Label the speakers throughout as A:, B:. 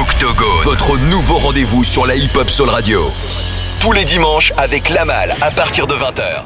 A: Octogone, votre nouveau rendez-vous sur la hip-hop Soul Radio. Tous les dimanches avec Lamal à partir de 20h.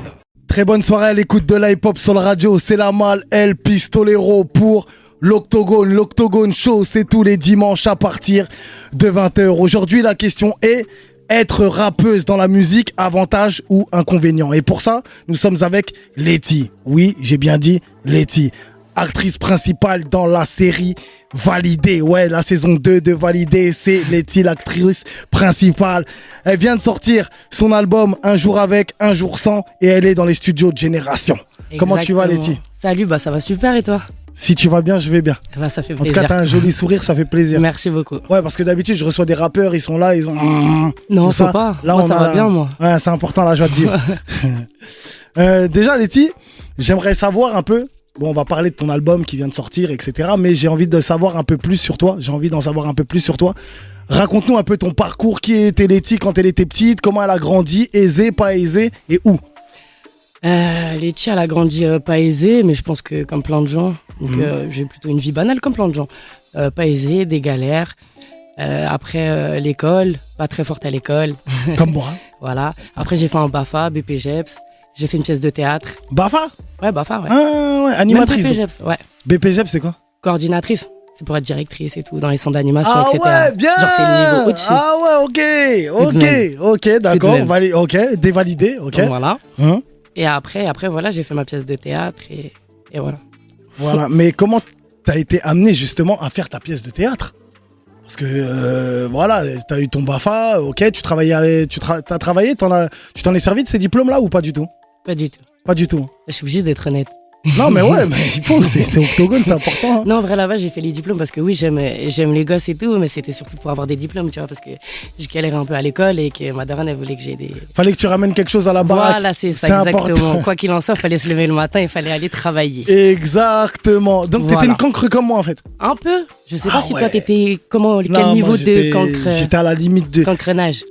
B: Très bonne soirée à l'écoute de la hip-hop sur la radio. C'est la malle, El Pistolero pour l'Octogone. L'Octogone Show, c'est tous les dimanches à partir de 20h. Aujourd'hui, la question est être rappeuse dans la musique, avantage ou inconvénient Et pour ça, nous sommes avec Letty. Oui, j'ai bien dit Letty. Actrice principale dans la série Validée. Ouais, la saison 2 de Validée, c'est Letty, l'actrice principale. Elle vient de sortir son album Un jour avec, un jour sans, et elle est dans les studios de Génération. Comment tu vas,
C: Exactement.
B: Letty
C: Salut, bah ça va super et toi
B: Si tu vas bien, je vais bien.
C: Eh ben, ça fait
B: En tout
C: plaisir.
B: cas, t'as un joli sourire, ça fait plaisir.
C: Merci beaucoup.
B: Ouais, parce que d'habitude, je reçois des rappeurs, ils sont là, ils ont.
C: Non,
B: Tout
C: faut pas.
B: Là,
C: Oh, moi,
B: on
C: ça
B: a
C: va
B: la-
C: bien, moi.
B: Ouais, c'est important la joie de vivre. Euh, déjà, Letty, j'aimerais savoir un peu. Bon, on va parler de ton album qui vient de sortir, etc. Mais j'ai envie de savoir un peu plus sur toi. J'ai envie d'en savoir un peu plus sur toi. Raconte-nous un peu ton parcours. Qui était Letty quand elle était petite Comment elle a grandi Aisée, pas aisée Et où
C: Euh, Letty, elle a grandi euh, pas aisée, mais je pense que comme plein de gens, donc
B: Mhm.
C: euh, j'ai plutôt une vie banale comme plein de gens. Euh, pas aisée, des galères. Euh, après euh, l'école, pas très forte à l'école,
B: Comme moi. hein.
C: voilà. Après j'ai fait un BAFA, BPGEPS, E j'ai fait une pièce de théâtre.
B: Bafa
C: Ouais, BAFA, ouais.
B: Ah ouais,
C: Même
B: animatrice.
C: BPGEPS, E ouais.
B: BPGEP, c'est quoi
C: Coordinatrice, c'est pour être directrice et tout, dans les centres d'animation,
B: Ah
C: etc.
B: ouais, bien
C: Genre c'est le niveau au-dessus.
B: Ah ouais,
C: Tout de
B: ok, ok, ok, d'accord,
C: même.
B: valide- ok, dévalidé, ok.
C: Donc, voilà.
B: Hein
C: Et après, après voilà, j'ai fait ma pièce de théâtre et, et voilà.
B: Voilà, mais comment t'as été amené justement à faire ta pièce de théâtre Parce que euh, voilà, t'as eu ton Bafa, ok, tu travaillais, avec- tu tra- t'as travaillé, t'en as, tu t'en es servi de ces diplômes-là ou pas du tout
C: Pas du tout.
B: Pas du tout.
C: Je suis obligée d'être honnête.
B: Non, mais ouais, mais il faut, c'est c'est octogone, c'est important. hein.
C: Non, en vrai, là-bas, j'ai fait les diplômes parce que oui, j'aime, j'aime les gosses et tout, mais c'était surtout pour avoir des diplômes, tu vois, parce que je galérais un peu à l'école et que ma daronne, elle voulait que j'ai des.
B: Fallait que tu ramènes quelque chose à la baraque.
C: Voilà, c'est ça,
B: Bah, c'est
C: exactement.
B: important.
C: Quoi qu'il en soit, fallait se lever le matin, il fallait aller travailler.
B: Exactement. Donc t'étais
C: Voilà.
B: une cancre comme moi en fait.
C: Un peu. Je sais
B: Ah
C: pas si
B: ouais.
C: toi, t'étais. Comment, quel
B: Non, moi,
C: niveau
B: j'étais-
C: de cancre,
B: J'étais à la limite de.
C: cancrenage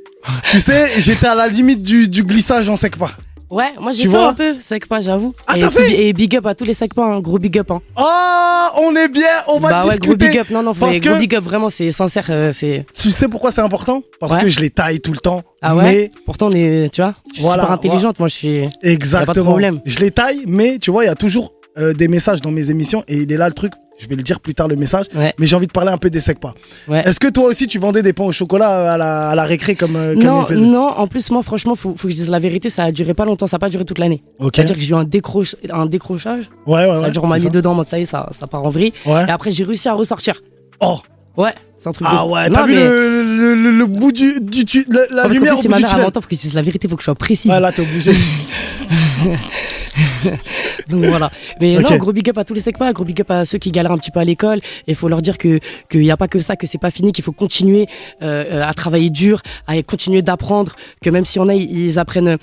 B: Tu sais, j'étais à la limite du, du glissage en sec pas.
C: Ouais, moi, j'ai
B: Tu
C: fait
B: vois
C: un peu, sac pas, j'avoue.
B: Ah,
C: et,
B: t'as
C: tout-
B: fait
C: et big up à tous les sacs pas, hein, gros big up. Hein.
B: Oh, on est bien, on va
C: bah ouais, gros
B: discuter.
C: big up. Non, non,
B: parce
C: mais gros
B: que-
C: big up, vraiment, c'est sincère. euh, c'est...
B: tu sais pourquoi c'est important Parce
C: Ouais.
B: que je les taille tout le temps.
C: Ah ouais
B: Mais
C: Pourtant, on est, tu vois, je suis
B: Voilà, Euh,
C: super intelligente, moi, je suis.
B: exactement.
C: problème.
B: Je les taille, mais tu vois, il y a toujours euh, des messages dans mes émissions et il est là le truc. Je vais le dire plus tard le message,
C: Ouais.
B: mais j'ai envie de parler un peu des secs pas.
C: Ouais.
B: Est-ce que toi aussi tu vendais des pains au chocolat euh, à la, à la récré comme, euh, comme
C: Non,
B: il faisait
C: non, en plus, moi, franchement, faut, faut que je dise la vérité, ça a duré pas longtemps, ça a pas duré toute l'année.
B: Ok.
C: C'est-à-dire que j'ai eu un, décroche, un décrochage,
B: Ouais, ouais,
C: ça a
B: ouais.
C: duré on m'a
B: c'est
C: mis
B: ça.
C: dedans, en mode ça y est, ça, ça part en vrille.
B: Ouais.
C: Et après, j'ai réussi à ressortir.
B: Oh.
C: Ouais, c'est un truc de
B: Ah
C: ouf.
B: ouais,
C: Non,
B: t'as vu
C: mais-
B: le, le, le- le bout du, du tu- la, la
C: Non, parce qu'en
B: lumière
C: plus,
B: au
C: c'est
B: bout
C: ma
B: du
C: mère, elle
B: tunnel.
C: m'entend, faut que je dise la vérité, faut que je sois précis.
B: Ouais, là t'es obligé.
C: Donc voilà. Mais
B: Ok.
C: non, gros big up à tous les secpas, gros big up à ceux qui galèrent un petit peu à l'école. Et faut leur dire que qu'il n'y a pas que ça, que c'est pas fini, qu'il faut continuer euh, euh, à travailler dur, à continuer d'apprendre, que même si on a, ils apprennent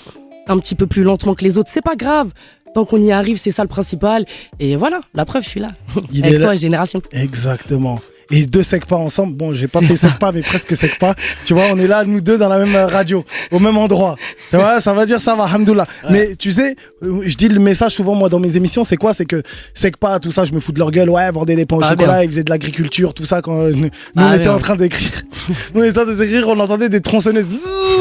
C: un petit peu plus lentement que les autres, c'est pas grave. Tant qu'on y arrive, c'est ça le principal. Et voilà, la preuve, je suis là.
B: Il
C: Avec
B: est là.
C: toi, génération.
B: Exactement. Et deux sec pas ensemble. Bon, j'ai pas fait sec pas, mais presque sec pas. Tu vois, on est là, nous deux, dans la même euh, radio, au même endroit. Tu vois, ça va dire ça va, hamdoullah. Mais tu sais, euh, je dis le message souvent, moi, dans mes émissions, c'est quoi C'est que sec pas, tout ça, je me fous de leur gueule. Ouais, vendez des pains au
C: Ah,
B: chocolat,
C: bien.
B: ils faisaient de l'agriculture, tout ça. Quand euh, nous, nous,
C: Ah,
B: on était
C: bien.
B: en train d'écrire, nous, on était en train d'écrire, on entendait des tronçonneuses.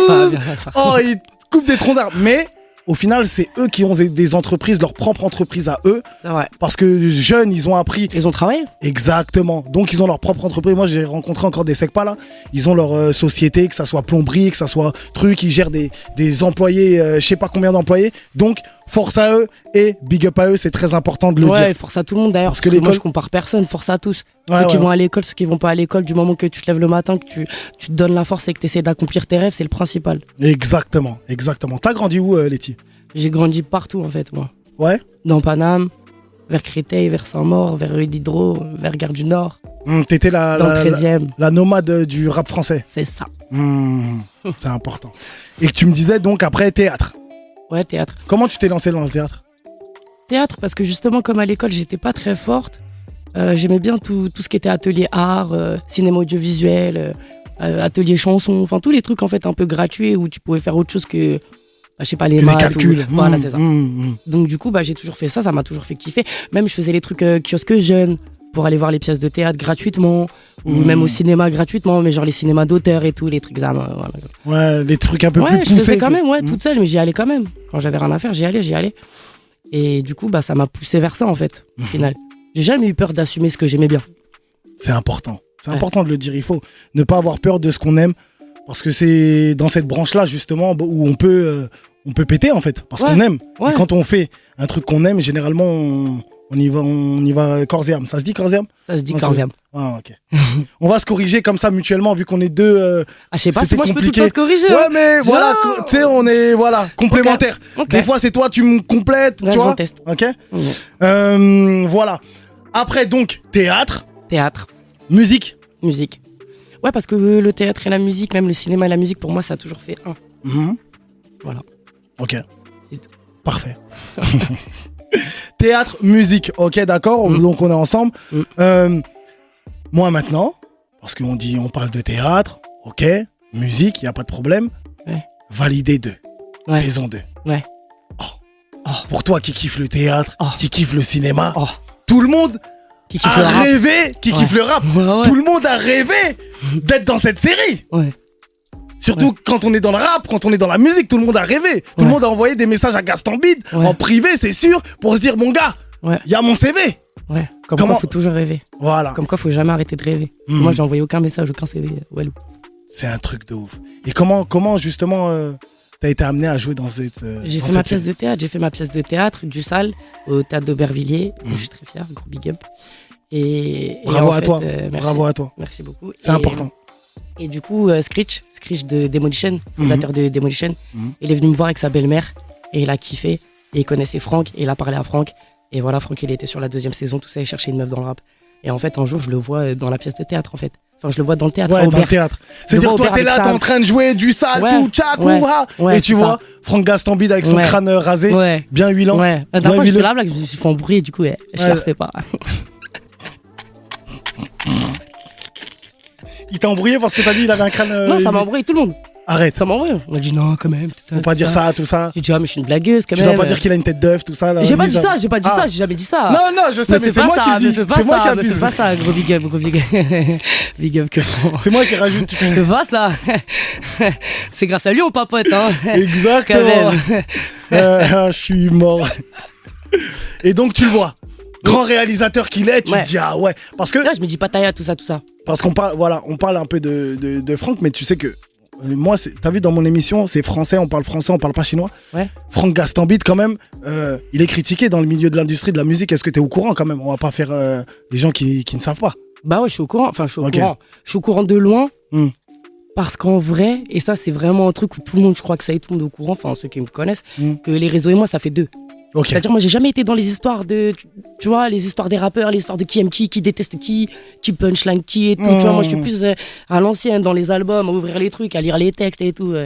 C: Ah, bien.
B: Oh, ils coupent des troncs d'arbres. Mais au final, c'est eux qui ont des entreprises, leur propre entreprise à eux.
C: C'est vrai.
B: Parce que jeunes, ils ont appris
C: Ils ont travaillé.
B: Exactement. Donc ils ont leur propre entreprise. Moi j'ai rencontré encore des secpas là. Ils ont leur euh, société, que ça soit plomberie, que ça soit truc. Ils gèrent des, des employés, euh, je sais pas combien d'employés. Donc force à eux et big up à eux. C'est très important de le
C: ouais,
B: dire.
C: et force à tout le monde d'ailleurs.
B: Parce
C: Parce,
B: que
C: que, moi,
B: l'école-
C: je compare personne, force à tous.
B: Ouais,
C: ceux qui
B: ouais,
C: vont à l'école, ceux qui vont pas à l'école, du moment que tu te lèves le matin, que tu, tu te donnes la force et que tu essaies d'accomplir tes rêves, c'est le principal.
B: Exactement, exactement. T'as grandi où, euh, Letty
C: J'ai grandi partout en fait, moi.
B: Ouais.
C: Dans Paname, vers Créteil, vers Saint-Maur, vers Rue d'Hydro, vers Gare du Nord,
B: Hum, T'étais la,
C: dans
B: la,
C: le
B: la,
C: 13e.
B: la nomade euh, du rap français.
C: C'est ça.
B: Hum, C'est important. Et que tu me disais donc après théâtre.
C: Ouais, théâtre.
B: Comment tu t'es lancé dans le théâtre
C: Théâtre, parce que justement, comme à l'école, j'étais pas très forte, euh, j'aimais bien tout, tout ce qui était atelier art, euh, cinéma audiovisuel, euh, euh, atelier chanson, enfin tous les trucs en fait un peu gratuits où tu pouvais faire autre chose que, bah, je sais pas, les
B: Les
C: maths. ou-
B: calculs.
C: Voilà,
B: Hum,
C: c'est ça.
B: hum, hum.
C: Donc du coup, bah, j'ai toujours fait ça, ça m'a toujours fait kiffer. Même je faisais les trucs euh, kiosques jeunes, pour aller voir les pièces de théâtre gratuitement ou
B: Hmm.
C: même au cinéma gratuitement, mais genre les cinémas d'auteur et tout, les trucs. ah, voilà.
B: hmm. Ouais, les trucs un peu
C: Ouais,
B: plus
C: je
B: poussés.
C: faisais quand
B: que-
C: même, ouais,
B: Mm.
C: toute seule, mais j'y allais quand même. Quand j'avais rien à faire, j'y allais, j'y allais. Et du coup, bah, ça m'a poussé vers ça, en fait,
B: Hmm.
C: au final. J'ai jamais eu peur d'assumer ce que j'aimais bien.
B: C'est important. C'est
C: Ouais.
B: important de le dire. Il faut ne pas avoir peur de ce qu'on aime. Parce que c'est dans cette branche-là, justement, bah, où on peut, euh, on peut péter, en fait. Parce
C: Ouais.
B: qu'on aime.
C: Ouais.
B: Et quand on fait un truc qu'on aime, généralement, on, on y va, on y va corps et âme. Ça se dit corps et âme
C: Ça se dit
B: Ouais,
C: quand
B: c'est-
C: même.
B: Ah, ok. on va se corriger comme ça mutuellement, vu qu'on est deux. euh,
C: Ah, je sais pas,
B: C'était
C: si moi, je peux tout le temps te corriger.
B: Ouais,
C: hein.
B: mais
C: Non.
B: voilà, co- tu sais, on est voilà, complémentaires.
C: Ok.
B: Des fois, c'est toi, tu me complètes,
C: Là,
B: tu
C: je
B: vois.
C: conteste.
B: Ok.
C: Mmh.
B: Euh, voilà. Après, donc, théâtre,
C: Théâtre,
B: musique.
C: musique. Ouais, parce que euh, le théâtre et la musique, même le cinéma et la musique, pour moi, ça a toujours fait un.
B: Mhm.
C: Voilà.
B: Ok.
C: C'est tout.
B: Parfait. Théâtre, musique. Ok, d'accord.
C: Mm.
B: Donc on est ensemble.
C: Mm.
B: Euh, moi maintenant, parce qu'on dit, on parle de théâtre. Ok, musique, il y a pas de problème.
C: Ouais.
B: Validé 2,
C: Ouais.
B: saison 2.
C: Ouais.
B: Oh.
C: Oh.
B: Pour toi qui kiffe le théâtre,
C: Oh.
B: qui kiffe le cinéma,
C: Oh,
B: tout le monde
C: qui
B: a
C: kiffe le rap.
B: rêvé, qui
C: Ouais.
B: kiffe le rap.
C: Ouais,
B: Tout le monde a rêvé d'être dans cette série.
C: ouais, ouais.
B: Surtout quand on est dans le rap, quand on est dans la musique, tout le monde a rêvé. Tout le
C: Ouais.
B: monde a envoyé des messages à Gaston Bide,
C: Ouais.
B: en privé, c'est sûr, pour se dire mon gars, il
C: Ouais.
B: y a mon CV.
C: ouais. Comme
B: Comment-
C: quoi, faut toujours rêver.
B: Voilà.
C: Comme quoi, faut jamais arrêter de rêver. Parce que
B: Mhm.
C: Moi, j'ai envoyé aucun message, aucun CD. euh, Walou.
B: C'est un truc de ouf. Et comment, comment justement, euh, t'as été amené à jouer dans cette. euh,
C: J'ai
B: dans
C: fait ma
B: cette
C: pièce
B: série
C: de théâtre, j'ai fait ma pièce de théâtre du salle au théâtre d'Aubervilliers. Je suis très fier, gros big up. Et, et
B: Hmm. Bravo
C: en
B: à
C: fait,
B: toi.
C: euh, merci,
B: Bravo à toi.
C: Merci beaucoup.
B: C'est
C: Et-
B: important.
C: Et du coup, euh, Screech, Screech de Demolition,
B: Hmm.
C: fondateur de Demolition,
B: Mhm.
C: il est venu me voir avec sa belle-mère et il a kiffé. Et il connaissait Franck et il a parlé à Franck. Et voilà, Franck, il était sur la deuxième saison, tout ça, il cherchait une meuf dans le rap. Et en fait, un jour, je le vois euh, dans la pièce de théâtre, en fait. Enfin, je le vois dans le théâtre. à
B: Ouais, dans le
C: Aubert.
B: théâtre. C'est-à-dire,
C: vois
B: toi,
C: Aubert
B: t'es là,
C: avec
B: t'es
C: ça.
B: en train de jouer du sale,
C: Ouais,
B: tout, tchac,
C: ouais,
B: ouah.
C: ouais,
B: Et tu
C: c'est
B: vois, Franck Gaston Bide avec son
C: Ouais.
B: crâne rasé,
C: Ouais.
B: bien huilant.
C: Ouais, la
B: Ouais,
C: dernière fois, je
B: Milo.
C: fais la blague, je me suis fait embrouiller, du coup, eh, je
B: Ouais. Euh,
C: la refais pas.
B: Il t'a embrouillé parce que t'as dit, il avait un crâne. euh,
C: non, ça
B: huilé.
C: m'a embrouillé tout le monde.
B: Arrête.
C: Ça m'a embrouillé. On m'a dit non, quand même. tout
B: Faut pas
C: tout
B: dire ça, tout ça.
C: J'ai dit, ah, mais je suis une blagueuse quand
B: Tu
C: même.
B: dois pas dire qu'il a une tête d'œuf, tout ça. là,
C: J'ai pas dit
B: Lisa.
C: ça, j'ai pas dit
B: Ah.
C: ça, j'ai jamais dit ça.
B: Non, non, je sais,
C: Me
B: mais
C: fais
B: c'est
C: pas
B: moi
C: ça,
B: qui le
C: me
B: dis.
C: fais pas
B: C'est moi
C: ça,
B: qui
C: me fais
B: abuse.
C: pas ça, gros big up, gros big up. big up que Franck.
B: C'est moi qui rajoute. tu comprends.
C: Fais pas ça. C'est grâce à lui, on papote, hein. Quand
B: Exactement.
C: même.
B: Euh, je suis mort. Et donc, tu le vois. Grand réalisateur qu'il est, tu
C: Ouais.
B: te dis ah ouais. Parce que
C: Là, je me dis pataya, tout ça, tout ça.
B: parce qu'on parle, voilà, on parle un peu de, de, de Franck, mais tu sais que euh, moi, c'est- t'as vu dans mon émission, c'est français, on parle français, on parle pas chinois.
C: Ouais.
B: Franck Gastambide, quand même, euh, il est critiqué dans le milieu de l'industrie de la musique. Est-ce que t'es au courant quand même On va pas faire euh, les gens qui, qui ne savent pas.
C: Bah ouais, je suis au courant. Enfin, je suis au
B: Ok.
C: courant. Je suis au courant de loin.
B: Hmm.
C: Parce qu'en vrai, et ça, c'est vraiment un truc où tout le monde, je crois que ça y est, tout le monde est au courant, enfin, ceux qui me connaissent,
B: Hmm.
C: que les réseaux et moi, ça fait deux.
B: Ok.
C: C'est-à-dire, moi, j'ai jamais été dans les histoires de, tu- tu vois, les histoires des rappeurs, les histoires de qui aime qui, qui déteste qui, qui punchline qui et tout. Tu vois, moi, je suis
B: Mmh.
C: plus euh, à l'ancienne, dans les albums, à ouvrir les trucs, à lire les textes et tout. euh.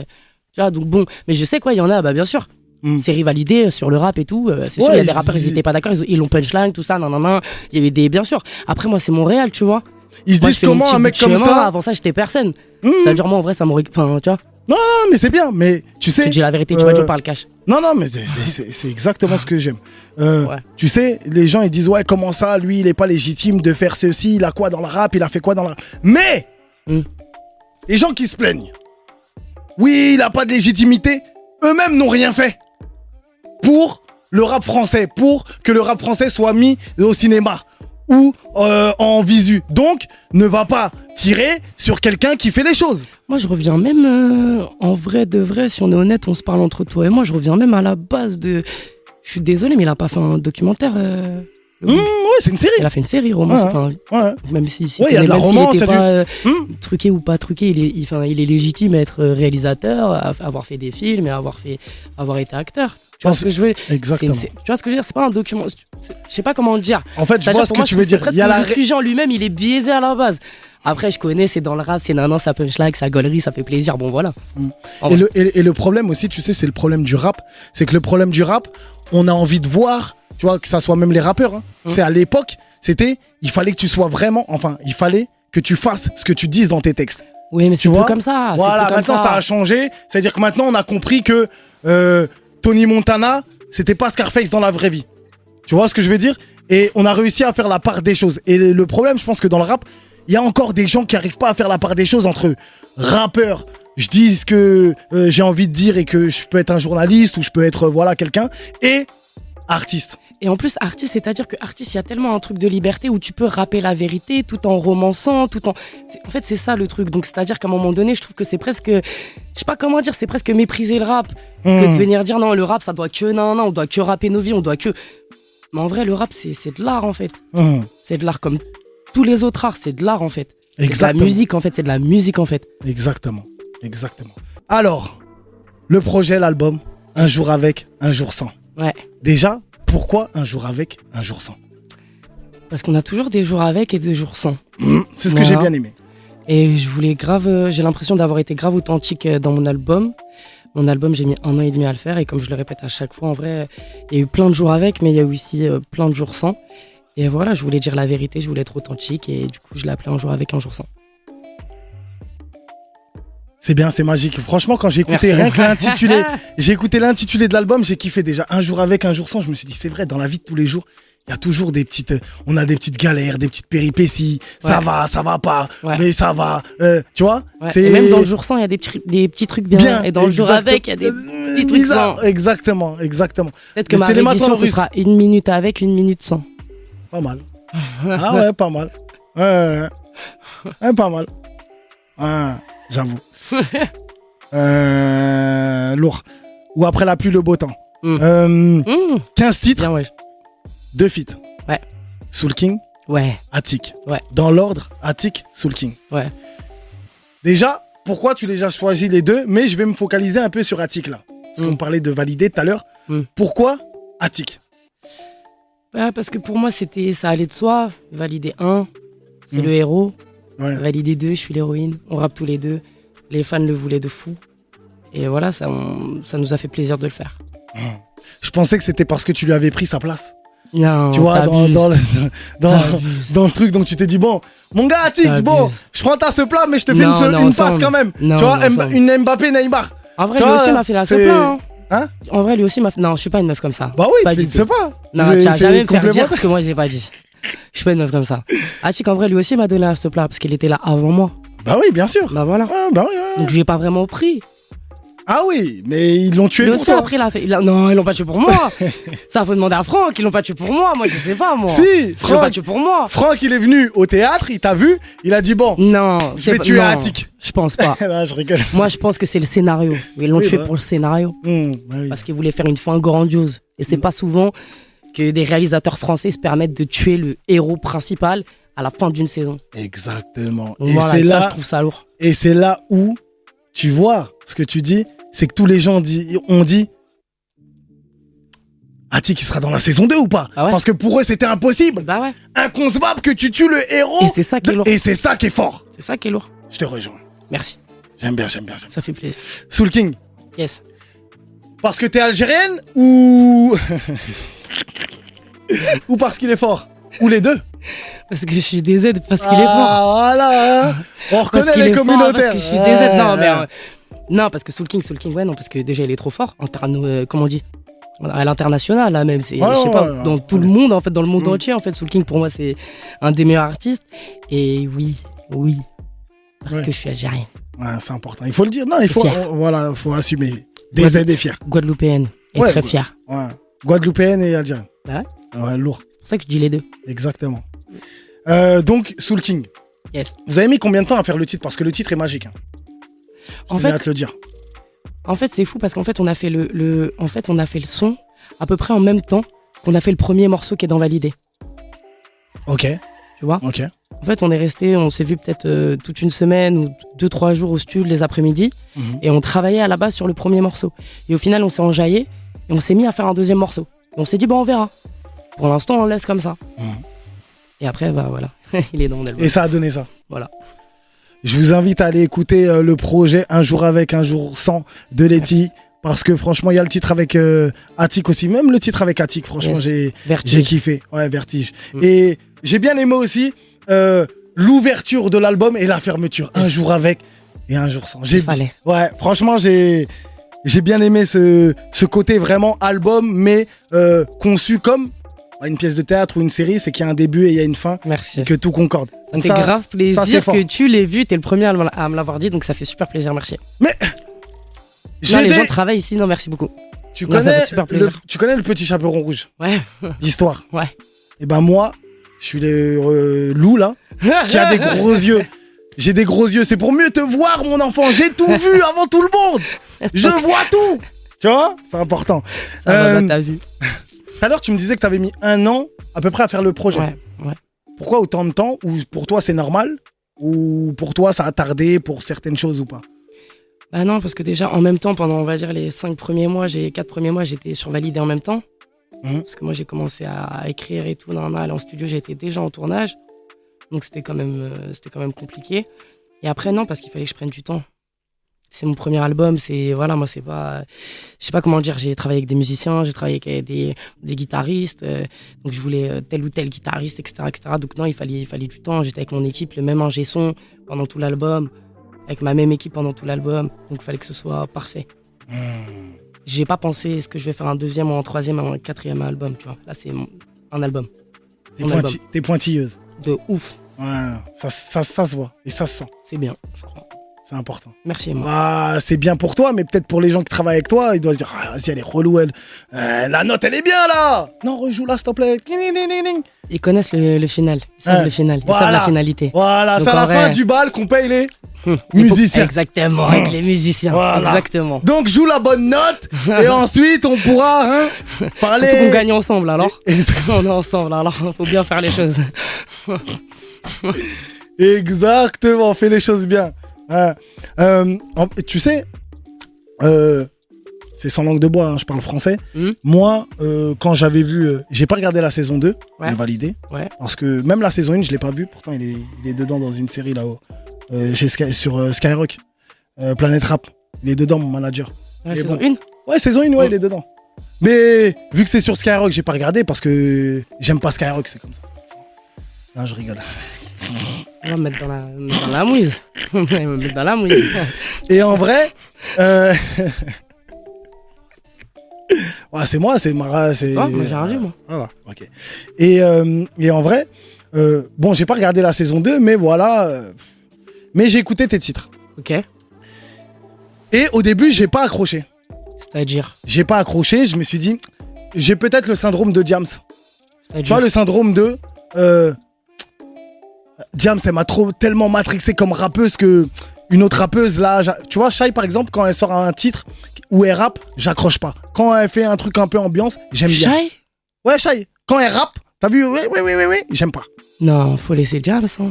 C: tu vois, donc bon, mais je sais quoi, il y en a, bah bien sûr.
B: Mmh.
C: C'est rivalité euh, sur le rap et tout. euh, c'est
B: Ouais,
C: sûr, il y a
B: ils-
C: des rappeurs, ils étaient pas d'accord, ils, ils l'ont punchline, tout ça, nan nan nan. Il y avait des, bien sûr. Après, moi, c'est Montréal, tu vois.
B: Ils se
C: Moi,
B: disent
C: je fais mon
B: comment
C: petit
B: un
C: bout
B: mec
C: de
B: comme
C: chemin,
B: ça
C: Avant ça, j'étais personne.
B: Mmh.
C: C'est-à-dire, moi, en vrai, ça m'aurait. Enfin, tu vois,
B: Ah, mais c'est bien, mais tu
C: c'est
B: sais.
C: que j'ai la vérité, tu vois,
B: euh,
C: tu parles cash.
B: Non, non, mais c'est- c'est- c'est c'est exactement ce que j'aime. Euh,
C: Ouais.
B: Tu sais, les gens ils disent Ouais, comment ça Lui, il est pas légitime de faire ceci, il a quoi dans le rap, il a fait quoi dans le rap. Mais
C: Hmm.
B: les gens qui se plaignent, oui, il a pas de légitimité, eux-mêmes n'ont rien fait pour le rap français, pour que le rap français soit mis au cinéma ou euh, en visu. Donc, ne va pas tirer sur quelqu'un qui fait les choses.
C: Moi, je reviens même euh, en vrai de vrai, si on est honnête, on se parle entre toi et moi. Je reviens même à la base de. Je suis désolé, mais il a pas fait un documentaire. euh, le
B: Hmm,
C: bouc.
B: ouais, c'est une série.
C: Il a fait une série, romance.
B: Ouais.
C: enfin,
B: Ouais.
C: Même si, si
B: Ouais, il y a de la
C: même s'il
B: romance,
C: était
B: il y a
C: pas euh,
B: Hmm.
C: truqué ou pas truqué, il est, il, enfin, il est légitime à être euh, réalisateur, à avoir fait des films et à avoir fait, avoir été acteur. Tu vois
B: Non,
C: ce que je veux c'est-
B: Ah, Exactement.
C: c'est- Tu vois ce que je veux dire C'est pas un document. c'est- Je sais pas comment le dire.
B: En fait, je vois ce que tu veux dire.
C: Il
B: Il y a la
C: le
B: ré-
C: sujet en lui-même, il est biaisé à la base. Après, je connais, c'est dans le rap, c'est nanan, ça punchline, ça gaulerie, ça fait plaisir. Bon, voilà.
B: Et le, et- et le problème aussi, tu sais, c'est le problème du rap. C'est que le problème du rap, on a envie de voir, tu vois, que ça soit même les rappeurs. hein. C'est à l'époque, c'était, il fallait que tu sois vraiment, enfin, il fallait que tu fasses ce que tu dises dans tes textes.
C: Oui, mais
B: Tu
C: c'est plus
B: vois
C: comme ça. c'est
B: voilà,
C: plus Ah, comme
B: maintenant ça. a changé. C'est-à-dire que maintenant, on a compris que euh, Tony Montana, c'était pas Scarface dans la vraie vie. Tu vois ce que je veux dire Et on a réussi à faire la part des choses. Et le problème, je pense que dans le rap, il y a encore des gens qui n'arrivent pas à faire la part des choses entre rappeurs, je dis ce que euh, j'ai envie de dire et que je peux être un journaliste ou je peux être euh, voilà quelqu'un, et artiste.
C: Et en plus, artiste, c'est-à-dire que artiste, il y a tellement un truc de liberté où tu peux rapper la vérité tout en romançant, tout en. c'est- En fait, c'est ça le truc. Donc, c'est-à-dire qu'à un moment donné, je trouve que c'est presque. Je sais pas comment dire, c'est presque mépriser le rap. Que de
B: Mmh.
C: venir dire non, le rap, ça doit que. Non, non, on doit que rapper nos vies, on doit que. Mais en vrai, le rap, c'est c'est de l'art, en fait.
B: Mmh.
C: C'est de l'art comme tous les autres arts, c'est de l'art, en fait. C'est de la
B: Exactement.
C: musique, en fait. C'est de la musique, en fait.
B: Exactement. Exactement. Alors, le projet, l'album, un jour avec, un jour sans.
C: Ouais.
B: Déjà, pourquoi un jour avec, un jour sans
C: Parce qu'on a toujours des jours avec et des jours sans.
B: Mmh. C'est ce que
C: Voilà.
B: j'ai bien aimé.
C: Et je voulais grave, euh, j'ai l'impression d'avoir été grave authentique euh, dans mon album. Mon album, j'ai mis un an et demi à le faire et comme je le répète à chaque fois, en vrai, euh, il y a eu plein de jours avec, mais il y a eu aussi euh, plein de jours sans. Et voilà, je voulais dire la vérité, je voulais être authentique et du coup, je l'appelais un jour avec, un jour sans.
B: C'est bien, c'est magique. Franchement, quand j'ai écouté
C: Merci.
B: rien que l'intitulé, j'ai écouté l'intitulé de l'album, j'ai kiffé déjà. Un jour avec, un jour sans, je me suis dit, c'est vrai, dans la vie de tous les jours, il y a toujours des petites, euh, on a des petites galères, des petites péripéties. Ça
C: Ouais.
B: va, ça va pas,
C: Ouais.
B: mais ça va. euh, tu vois
C: Ouais.
B: C'est
C: Et même dans le jour sans, il y a des, petits- des petits trucs bien, Et dans le jour
B: exact-
C: avec, il y a des.
B: Euh,
C: petits trucs
B: bizarres.
C: sans.
B: Exactement, exactement.
C: Peut-être que
B: Mais
C: ma
B: c'est les
C: réédition,
B: matins
C: ce
B: russes.
C: sera une minute avec, une minute sans.
B: Pas mal. Ah ouais, pas mal. Ouais, ouais, ouais. Ouais, pas mal. Ouais, j'avoue. Euh, lourd. Ou après la pluie, le beau temps.
C: Mm.
B: Euh,
C: Mmh,
B: 15 titres,
C: bien, ouais.
B: 2 feats.
C: Ouais.
B: Soul King,
C: Ouais,
B: Attic.
C: Ouais.
B: Dans l'ordre, Attic, Soul King.
C: ouais.
B: Déjà, pourquoi tu les as choisis les deux Mais je vais me focaliser un peu sur Attic là. Parce
C: Mm.
B: qu'on parlait de valider tout à l'heure.
C: Mm.
B: Pourquoi Attic
C: Ouais, Bah, parce que pour moi, c'était, ça allait de soi. Valider un, c'est
B: Mmh.
C: le héros.
B: Ouais.
C: Validé deux, je suis l'héroïne. On rappe tous les deux. Les fans le voulaient de fou. Et voilà, ça, on- ça nous a fait plaisir de le faire.
B: Je pensais que c'était parce que tu lui avais pris sa place.
C: Non,
B: tu vois, dans,
C: t'abuses,
B: dans, le, dans,
C: t'abuses.
B: dans le truc. Donc tu t'es dit, bon, mon gars, Atix,
C: T'abuses.
B: bon, je prends ta ce plat, mais je te fais
C: Non,
B: une, se-
C: non,
B: une
C: ensemble.
B: passe quand même.
C: Non,
B: tu vois,
C: non,
B: Mba-
C: ensemble.
B: une Mbappé, Neymar.
C: En vrai,
B: Tu
C: lui
B: vois,
C: aussi m'a fait la
B: c'est-
C: sopla, hein.
B: Hein
C: En vrai, lui aussi m'a fait. Non, je suis pas une meuf comme ça.
B: Bah oui,
C: Pas
B: tu
C: du
B: ne sais
C: tout.
B: pas.
C: Non,
B: C'est-
C: tu vas
B: c'est
C: jamais me faire dire
B: complémentaire.
C: ce que moi j'ai pas dit. Je suis pas une meuf comme ça. Ah, Achik, en vrai, lui aussi m'a donné un sopla parce qu'il était là avant moi.
B: Bah oui, bien sûr.
C: Bah voilà.
B: Ah, bah oui, ouais.
C: Donc je lui ai pas vraiment pris.
B: Ah oui, mais ils l'ont tué
C: Lui
B: pour
C: aussi
B: toi.
C: après il a fait. il a- Non, ils l'ont pas tué pour moi. ça faut demander à Franck, ils l'ont pas tué pour moi. Moi je sais pas moi.
B: Si,
C: Ils l'ont pas
B: Franck,
C: tué pour moi.
B: Franck, il est venu au théâtre, il t'a vu, il a dit, bon,
C: Non,
B: Je
C: c'est
B: vais
C: pas-
B: tuer
C: non,
B: Attic.
C: Je pense pas.
B: Là, je rigole.
C: Moi, je pense que c'est le scénario. Ils l'ont
B: Oui,
C: tué
B: bah.
C: pour le scénario.
B: Hmm, bah oui. Mm.
C: Parce qu'ils voulaient faire une fin grandiose. Et c'est pas souvent que des réalisateurs français se permettent de tuer le héros principal à la fin d'une saison.
B: Exactement.
C: Donc
B: Et
C: voilà,
B: c'est
C: ça,
B: là,
C: je trouve ça lourd.
B: et c'est là où tu vois ce que tu dis, c'est que tous les gens dit- ont dit Attic, il sera dans la saison 2 ou pas
C: Ah ouais
B: Parce que pour eux, c'était impossible,
C: Bah ouais.
B: inconcevable que tu tues le héros.
C: Et c'est ça qui est
B: de-
C: lourd.
B: Et c'est ça qui est fort.
C: C'est ça qui est lourd.
B: Je te rejoins.
C: Merci.
B: J'aime bien, j'aime bien, j'aime
C: Ça fait plaisir.
B: bien. Soul King,
C: Yes.
B: parce que t'es algérienne ou. ou parce qu'il est fort Ou les deux
C: Parce que je suis des aides, parce qu'il est fort.
B: Ah, Voilà, hein. on
C: Parce
B: reconnaît
C: qu'il
B: les
C: est fort,
B: communautaires.
C: Parce que je suis des aides. Non,
B: Ouais.
C: mais. euh, non, parce que Soul King, Soul King, ouais, non, parce que déjà, il est trop fort. En termes, euh, comment on dit à l'international là même c'est
B: Ouais,
C: je sais
B: ouais,
C: pas
B: ouais,
C: dans
B: ouais.
C: tout le monde en fait dans le monde
B: Mm.
C: entier en fait Soul King pour moi c'est un des meilleurs artistes et oui oui parce
B: Ouais.
C: que je suis algérien
B: Ouais, c'est important. Il faut le dire. Non, il faut,
C: Fier.
B: on- voilà, faut assumer. Des
C: Ouais.
B: aides et fiers.
C: guadeloupéenne et
B: Ouais, bah.
C: très
B: ouais.
C: fière
B: Ouais. Guadeloupéenne et algérienne.
C: Bah
B: Ouais, lourd.
C: c'est pour ça que je dis les deux
B: Exactement. Euh, donc, Soul King.
C: yes
B: Vous avez mis combien de temps à faire le titre Parce que le titre est magique. hein. Je
C: en
B: tenais
C: fait
B: à te le dire.
C: En fait, c'est fou parce qu'en fait, on a fait le, le- en fait, on a fait le son à peu près en même temps qu'on a fait le premier morceau qui est dans Validé.
B: Ok.
C: Tu vois
B: Ok.
C: En fait, on est resté, on s'est vu peut-être euh, toute une semaine ou deux, trois jours au studio les après-midi
B: Mhm.
C: et on travaillait à la base sur le premier morceau. Et au final, on s'est enjaillé et on s'est mis à faire un deuxième morceau. Et on s'est dit, bon, on verra. Pour l'instant, on laisse comme ça.
B: Mhm.
C: Et après, bah voilà, il est dans mon album.
B: Et ça a donné ça.
C: Voilà.
B: Je vous invite à aller écouter euh, le projet Un jour avec, un jour sans de Letty. Parce que franchement, il y a le titre avec euh, Attic aussi. Même le titre avec Attic, franchement,
C: Yes.
B: j'ai. J'ai
C: Vertige.
B: kiffé, ouais, Vertige.
C: Mm.
B: Et j'ai bien aimé aussi euh, l'ouverture de l'album et la fermeture. Un
C: Yes.
B: jour avec et un jour sans. J'ai
C: Il fallait.
B: Ouais, franchement, j'ai j'ai bien aimé ce, ce côté vraiment album, mais euh, conçu comme à une pièce de théâtre ou une série, c'est qu'il y a un début et il y a une fin
C: Merci.
B: et que tout concorde. Donc
C: C'est
B: ça-
C: grave plaisir
B: c'est fort.
C: que tu l'aies vu. T'es le premier à me l- à me l'avoir dit, donc ça fait super plaisir. Merci.
B: j'ai
C: Non, les
B: des-
C: gens travaillent ici. Non, merci beaucoup.
B: tu,
C: non, ça
B: connais
C: fait super
B: le,
C: plaisir.
B: tu connais le petit chaperon rouge
C: Ouais.
B: d'histoire
C: Ouais.
B: Et ben moi, je suis le euh, loup là, qui a des gros yeux. J'ai des gros yeux, c'est pour mieux te voir mon enfant, j'ai tout vu avant tout le monde Je vois tout Tu vois C'est important.
C: Ça va,
B: Euh,
C: bah, t'as vu.
B: Tout à l'heure, tu me disais que tu avais mis un an à peu près à faire le projet.
C: Ouais, ouais.
B: Pourquoi autant de temps Ou pour toi, c'est normal Ou pour toi, ça a tardé pour certaines choses ou pas
C: Bah non, parce que déjà, en même temps, pendant, on va dire, les cinq premiers mois, j'ai quatre premiers mois, j'étais survalidée en même temps.
B: Mhm.
C: Parce que moi, j'ai commencé à écrire et tout, nanana, aller en studio, j'étais déjà en tournage. Donc, c'était quand, même, euh, c'était quand même compliqué. Et après, non, parce qu'il fallait que je prenne du temps. C'est mon premier album, c'est. Voilà, moi, c'est pas. Je sais pas comment dire, j'ai travaillé avec des musiciens, j'ai travaillé avec euh, des, des guitaristes. euh, donc, je voulais euh, tel ou tel guitariste, etc., etc. Donc, non, il fallait, il fallait du temps. J'étais avec mon équipe, le même ingé son pendant tout l'album, avec ma même équipe pendant tout l'album. Donc, il fallait que ce soit parfait. J'ai pas pensé est-ce que je vais faire un deuxième ou un troisième ou un quatrième album, tu vois. Là, c'est mon- un album
B: T'es
C: Mon
B: pointi- t'es pointilleuse.
C: de ouf.
B: Ouais, ça, ça, ça se voit et ça se sent.
C: C'est bien, je crois.
B: C'est important.
C: Merci, Emma.
B: Bah, c'est bien pour toi, mais peut-être pour les gens qui travaillent avec toi, ils doivent se dire Ah, vas-y, elle est relou, elle. Euh, la note, elle est bien là Non, rejoue là, s'il te plaît. Ding, ding, ding, ding, ding.
C: Ils connaissent le, le final. Ils savent
B: Ouais.
C: le final. Ils savent
B: Voilà.
C: la finalité.
B: Voilà,
C: Donc,
B: c'est à la
C: en
B: fin
C: vrai-
B: du bal qu'on paye les.
C: Hmm.
B: Musiciens.
C: Exactement, avec les musiciens.
B: Voilà.
C: Exactement.
B: Donc, joue la bonne note et ensuite, on pourra hein, parler.
C: Surtout qu'on gagne ensemble, alors.
B: Exact-
C: On est ensemble, alors. Faut bien faire les choses.
B: Exactement, fais les choses bien. Ouais. Euh, en- tu sais, euh, c'est sans langue de bois, hein, je parle français.
C: Mhm.
B: Moi, euh, quand j'avais vu, euh, j'ai pas regardé la saison 2,
C: Ouais.
B: elle est validée.
C: Ouais.
B: Parce que même la saison 1, je l'ai pas vue, pourtant il est, il est dedans dans une série là-haut, euh, chez Sky- sur euh, Skyrock, euh, Planet Rap. Il est dedans, mon manager.
C: Ouais,
B: Mais
C: saison
B: bon.
C: une.
B: Ouais, saison 1, ouais,
C: Ouais.
B: il est dedans. Mais vu que c'est sur Skyrock, j'ai pas regardé parce que j'aime pas Skyrock, c'est comme ça. Non, je rigole.
C: On va me mettre dans la, me mettre dans la mouise. On va me mettre dans la mouise.
B: Et en vrai, euh... ouais, c'est moi, c'est Mara, c'est.
C: Ah, moi, j'ai rien dit, moi.
B: Voilà, ok. Et, euh, et en vrai, euh, bon, j'ai pas regardé la saison 2, mais voilà. euh, Mais j'ai écouté tes titres.
C: Ok.
B: Et au début, j'ai pas accroché.
C: C'est-à-dire.
B: J'ai pas accroché, je me suis dit, j'ai peut-être le syndrome de Diams. Tu vois,
C: C'est-à-dire.
B: le syndrome de. Euh... Diams, elle m'a trop tellement matrixé comme rappeuse que. Une autre rappeuse, là. j'a- Tu vois, Shai, par exemple, quand elle sort un titre où elle rappe, j'accroche pas. Quand elle fait un truc un peu ambiance, j'aime bien.
C: Shy
B: Ouais, Shai, quand elle rappe, t'as vu Oui, oui, oui, oui, oui, j'aime pas.
C: Non, faut laisser James. Hein.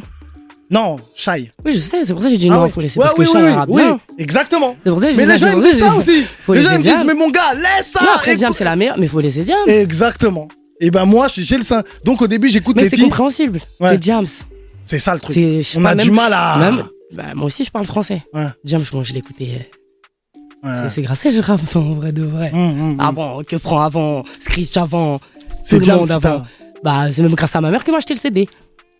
B: Non, Shai.
C: Oui, je sais, c'est pour ça que j'ai dit
B: Ah
C: non,
B: ouais.
C: faut laisser.
B: Ouais,
C: parce
B: oui,
C: que
B: oui,
C: Charles
B: oui,
C: rappe
B: oui,
C: bien.
B: exactement.
C: C'est pour ça que je
B: Mais les gens, ils me disent ça aussi.
C: Faut
B: les
C: laisser
B: gens, ils me
C: Diams.
B: disent, mais mon gars, laisse ça
C: Non, après, James,
B: écoute.
C: c'est la meilleure, mais faut laisser James.
B: Exactement. Et ben moi, j'ai j'ai le sein. Donc au début, j'écoute
C: Mais
B: les
C: c'est
B: titres.
C: compréhensible.
B: Ouais.
C: C'est James.
B: C'est ça le truc.
C: C'est, je sais
B: On
C: pas,
B: a
C: même-
B: du mal à.
C: même- bah, moi aussi, je parle français.
B: Ouais.
C: James, moi, je l'écoutais. euh,
B: Ouais.
C: C'est grâce à elle, je rappe, enfin, en vrai de vrai.
B: Hum, hum, hum.
C: Avant, que Franck avant, Screech avant.
B: C'est
C: le
B: James
C: monde
B: qui
C: avant.
B: t'a-
C: Bah, c'est même grâce à ma mère que m'a acheté le CD.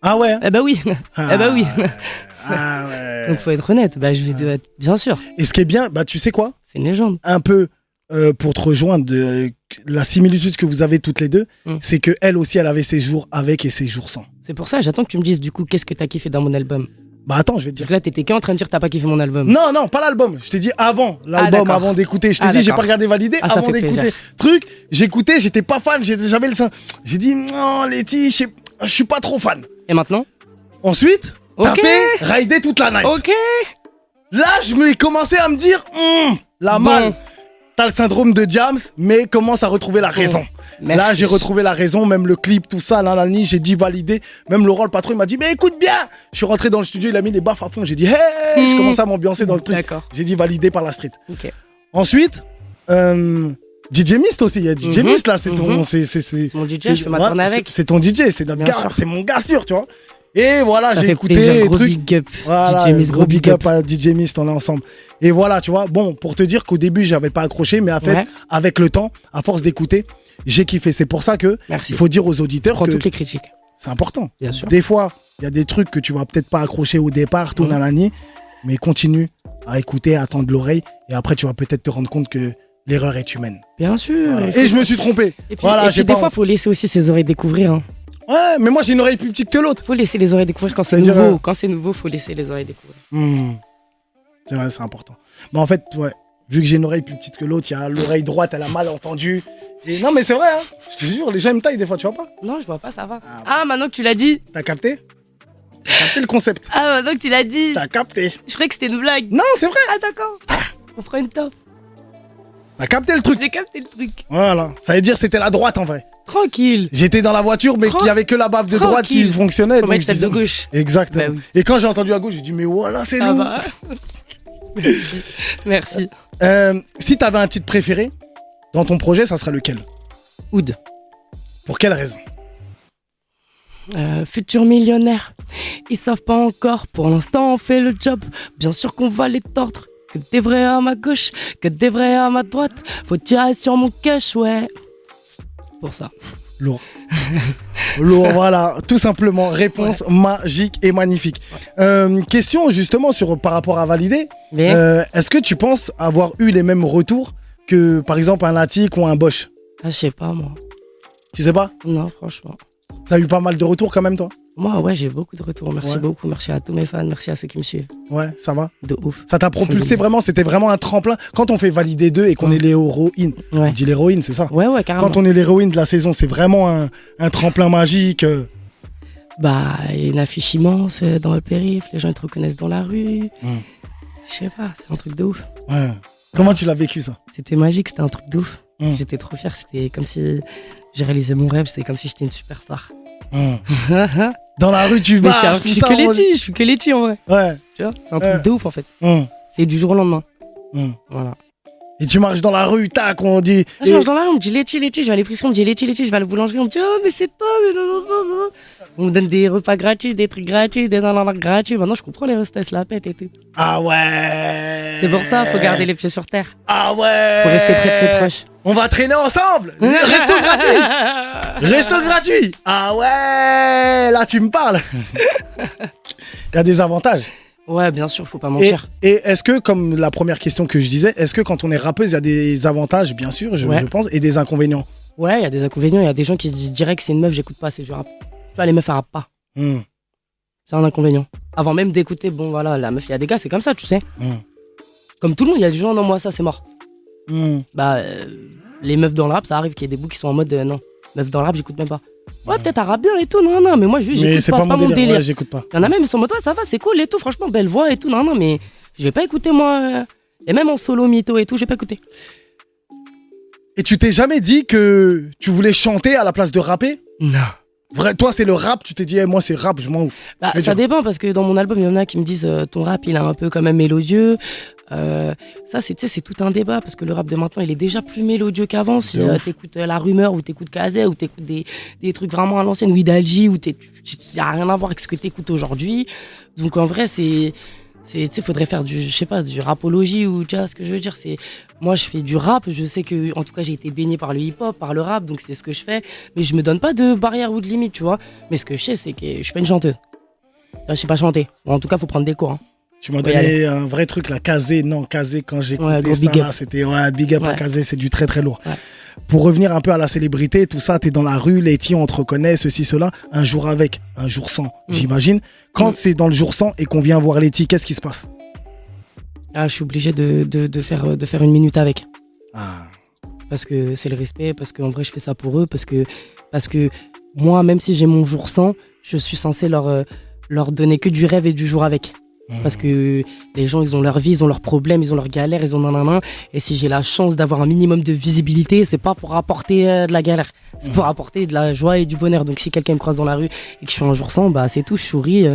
B: Ah ouais
C: Eh bah oui.
B: Ah,
C: eh bah oui.
B: ah ouais.
C: Donc, faut être honnête. Bah, je vais te- bien sûr.
B: Et ce qui est bien, bah tu sais quoi
C: C'est une légende.
B: Un peu euh, pour te rejoindre, de, euh, la similitude que vous avez toutes les deux,
C: Mm.
B: c'est que elle aussi, elle avait ses jours avec et ses jours sans.
C: C'est pour ça, j'attends que tu me dises, du coup, qu'est-ce que t'as kiffé dans mon album.
B: Bah attends, je vais te dire.
C: Parce que là, t'étais qu'en train de dire t'as pas kiffé mon album.
B: Non, non, pas l'album. Je t'ai dit avant l'album,
C: d'accord.
B: avant d'écouter. Je t'ai
C: Ah,
B: dit, j'ai pas
C: d'accord.
B: regardé validé
C: Ah, ça
B: avant
C: fait
B: d'écouter.
C: plaisir.
B: Truc, j'écoutais, j'étais pas fan, j'étais- j'avais le sein. J'ai dit, non, Letty, je sais- je suis pas trop fan.
C: Et maintenant
B: Ensuite, t'as
C: Ok.
B: fait Rider toute la night.
C: Ok.
B: Là, je me commencé à me dire, Hum, la
C: Bon.
B: malle. T'as le syndrome de James, mais commence à retrouver la raison.
C: Merci.
B: Là, j'ai retrouvé la raison, même le clip, tout ça, là, là, là, j'ai dit validé. Même Laurent, le patron, il m'a dit, mais écoute bien. Je suis rentré dans le studio, il a mis les baffes à fond. J'ai dit, hey, je
C: Hmm.
B: commençais à m'ambiancer dans le truc.
C: D'accord.
B: J'ai dit validé par la street.
C: Ok.
B: Ensuite, euh, DJ Mist aussi. Il y a DJ
C: Mhm,
B: Mist là, c'est ton.
C: mhm.
B: c'est- c'est- c'est-
C: C'est mon DJ,
B: c'est-
C: je fais ma
B: ouais,
C: tournée
B: c'est-
C: avec.
B: C'est ton DJ, c'est notre
C: Bien
B: gars,
C: sûr.
B: c'est mon gars sûr, tu vois. Et voilà,
C: Ça
B: j'ai
C: fait
B: écouté
C: plaisir,
B: les
C: gros
B: trucs.
C: big up.
B: Voilà,
C: DJ Miss,
B: gros big up à DJ Mist, on est ensemble. Et voilà, tu vois, bon, pour te dire qu'au début, j'avais pas accroché, mais en fait,
C: Ouais.
B: avec le temps, à force d'écouter, j'ai kiffé. C'est pour ça que
C: Merci.
B: il faut dire aux auditeurs
C: Prends
B: que
C: toutes les critiques,
B: c'est important.
C: bien sûr.
B: Des fois, il y a des trucs que tu vas peut-être pas accrocher au départ, tout
C: Mhm.
B: nanani, mais continue à écouter, à tendre l'oreille, et après tu vas peut-être te rendre compte que l'erreur est humaine.
C: Bien sûr.
B: Voilà.
C: il faut-
B: Et je me suis trompé.
C: Et puis,
B: voilà,
C: et puis
B: j'ai
C: des
B: pas
C: fois, faut laisser aussi ses oreilles découvrir. hein.
B: Ouais, mais moi j'ai une oreille plus petite que l'autre.
C: Faut laisser les oreilles découvrir quand c'est
B: C'est-à-dire,
C: nouveau.
B: euh,
C: Quand c'est nouveau, faut laisser les oreilles découvrir.
B: Hmm. C'est vrai, c'est important. Mais en fait, ouais, vu que j'ai une oreille plus petite que l'autre, il y a l'oreille droite, elle a mal entendu. Et non, mais c'est vrai, hein. je te jure, les gens ils me taillent des fois, tu vois pas
C: Non, je vois pas, ça va.
B: Ah,
C: Ah, maintenant que tu l'as dit.
B: T'as capté T'as capté le concept
C: Ah, maintenant que tu l'as dit.
B: T'as capté
C: Je croyais que c'était une blague.
B: Non, c'est vrai
C: Ah, d'accord. On prend une temps.
B: T'as capté le truc
C: J'ai capté le truc.
B: Voilà, ça veut dire c'était la droite en vrai.
C: Tranquille.
B: J'étais dans la voiture, mais
C: Tran-
B: qu'il y avait que la bave de droite qui
C: tranquille.
B: fonctionnait.
C: Faut
B: donc
C: mettre
B: je
C: celle de
B: disais-
C: gauche.
B: Exactement.
C: Bah oui.
B: Et quand j'ai entendu à gauche, j'ai dit, mais voilà, c'est
C: Ça
B: lourd.
C: va. Merci. Merci.
B: Euh, si t'avais un titre préféré dans ton projet, ça serait lequel
C: Oud.
B: Pour quelle raison
C: Euh, futur millionnaire, ils savent pas encore. Pour l'instant, on fait le job. Bien sûr qu'on va les tordre. Que des vrais à ma gauche, que des vrais à ma droite. Faut tirer sur mon cash, ouais. Pour ça.
B: Lourd. Lourd, voilà, tout simplement. Réponse magique et magnifique. Euh, question justement sur, par rapport à valider.
C: Mais
B: Euh, Est-ce que tu penses avoir eu les mêmes retours que par exemple un Latic ou un Bosch
C: ah, je sais pas moi.
B: Tu sais pas
C: Non, franchement.
B: T'as eu pas mal de retours quand même toi
C: Moi, ouais, j'ai beaucoup de retours. Merci
B: Ouais.
C: beaucoup. Merci à tous mes fans. Merci à ceux qui me suivent.
B: Ouais, ça va.
C: De ouf.
B: Ça t'a propulsé vraiment, c'était vraiment un tremplin. Quand on fait valider deux et qu'on
C: Ouais.
B: est l'héroïne, on
C: Ouais.
B: dit l'héroïne, c'est ça
C: Ouais, ouais, carrément.
B: Quand on est l'héroïne de la saison, c'est vraiment un, un tremplin magique. euh.
C: Bah, il y a une affiche immense euh, dans le périph'. Les gens, ils te reconnaissent dans la rue.
B: Mm.
C: Je sais pas, c'est un truc de ouf.
B: Ouais. Comment tu l'as vécu ça
C: C'était magique, c'était un truc de ouf.
B: Mm.
C: J'étais trop fier, c'était comme si j'ai réalisé mon rêve, c'était comme si j'étais une superstar.
B: Hum.
C: Mais
B: Dans la rue, tu
C: je suis, un-
B: marches,
C: je
B: tout
C: suis
B: Bah, ça.
C: que
B: on-
C: laitue, je suis que laitue en vrai.
B: Ouais.
C: Tu vois, c'est un truc
B: Ouais.
C: de ouf en fait.
B: Hum.
C: C'est du jour au lendemain.
B: Mm.
C: Voilà.
B: Et tu marches dans la rue, tac, on dit. et-
C: Là, je marche dans la rue, on me dit laitue, laitue, je vais à l'épicerie, on me dit laitue, laitue, je vais à la boulangerie, on me dit oh mais c'est toi, mais non, non, non, non. On me donne des repas gratuits, des trucs gratuits, des nanana gratuits. Maintenant, je comprends les restes, la pète et tout.
B: Ah ouais.
C: C'est pour ça, faut garder les pieds sur terre.
B: Ah ouais.
C: Faut rester près de
B: Euh.
C: ses proches.
B: On va traîner ensemble. Resto gratuit. Resto gratuit. Ah ouais. Là, tu me parles. Il y a des avantages.
C: Ouais, bien sûr, faut pas
B: Et,
C: mentir.
B: et est-ce que, comme la première question que je disais, est-ce que quand on est rappeuse, il y a des avantages, bien sûr, je,
C: Ouais.
B: je pense, et des inconvénients
C: Ouais, il y a des inconvénients, il y a des gens qui se disent direct c'est une meuf, j'écoute pas, c'est du rap. Tu vois, les meufs, elles rappent pas.
B: Hmm.
C: C'est un inconvénient. Avant même d'écouter, bon voilà, la meuf, il y a des gars, c'est comme ça, tu sais.
B: Mm.
C: Comme tout le monde, il y a des gens, non, moi, ça, c'est mort.
B: Hmm.
C: Bah, euh, les meufs dans le rap, ça arrive qu'il y ait des bouts qui sont en mode, euh, non, meuf dans le rap, j'écoute même pas. Ouais, peut-être elle rappe bien et tout, non, non, mais moi, juste,
B: Mais
C: j'écoute
B: c'est
C: pas,
B: pas, mon délire. Ouais, j'écoute pas.
C: Il y en a même, ils sont en mode, ouais, ça va, c'est cool et tout, franchement, belle voix et tout, non, non, mais je vais pas écouter, moi. euh, Et même en solo, mytho et tout, j'ai pas écouté.
B: Et tu t'es jamais dit que tu voulais chanter à la place de rapper
C: Non.
B: Vrai, toi, c'est le rap, tu t'es dit, Eh, moi, c'est rap, je m'en ouf.
C: Bah,
B: Je veux
C: ça
B: dire-
C: dépend parce que dans mon album, il y en a qui me disent euh, ton rap, il est un peu quand même mélodieux. Euh, ça, c'est tu sais, c'est tout un débat parce que le rap de maintenant, il est déjà plus mélodieux qu'avant. Si
B: De
C: euh,
B: ouf.
C: t'écoutes euh, la rumeur ou t'écoutes Kazé ou t'écoutes des, des trucs vraiment à l'ancienne, ou Idalji, ou t'es- tu- ça a rien à voir avec ce que t'écoutes aujourd'hui. Donc en vrai, c'est c'est tu sais, faudrait faire du je sais pas du rapologie ou tu vois ce que je veux dire c'est moi je fais du rap je sais que en tout cas j'ai été baigné par le hip hop par le rap donc c'est ce que je fais mais je me donne pas de barrière ou de limite tu vois mais ce que je sais c'est que je suis pas une chanteuse je sais pas chanter. Bon, en tout cas, faut prendre des cours. hein.
B: Tu m'as
C: Oui,
B: donné un vrai truc, là, casé, non, casé, quand j'ai
C: Ouais, gros
B: ça,
C: big up.
B: là, c'était, ouais, big up à
C: Ouais.
B: casé, c'est du très, très lourd.
C: Ouais.
B: Pour revenir un peu à la célébrité, tout ça, t'es dans la rue, les tiens, on te reconnaît, ceci, cela, un jour avec, un jour sans, j'imagine. Quand
C: Mm.
B: c'est dans le jour sans et qu'on vient voir les tiens, qu'est-ce qui se passe
C: Ah, je suis obligé de, de, de faire, euh, de faire une minute avec.
B: ah.
C: Parce que c'est le respect, parce qu'en vrai, je fais ça pour eux, parce que, parce que moi, même si j'ai mon jour sans, je suis censé leur, euh, leur donner que du rêve et du jour avec. Parce que les gens, ils ont leur vie, ils ont leurs problèmes, ils ont leurs galères, ils ont nanana. Et si j'ai la chance d'avoir un minimum de visibilité, c'est pas pour apporter euh, de la galère, c'est pour apporter de la joie et du bonheur. Donc si quelqu'un me croise dans la rue et que je suis un jour sans, bah c'est tout, je souris. euh,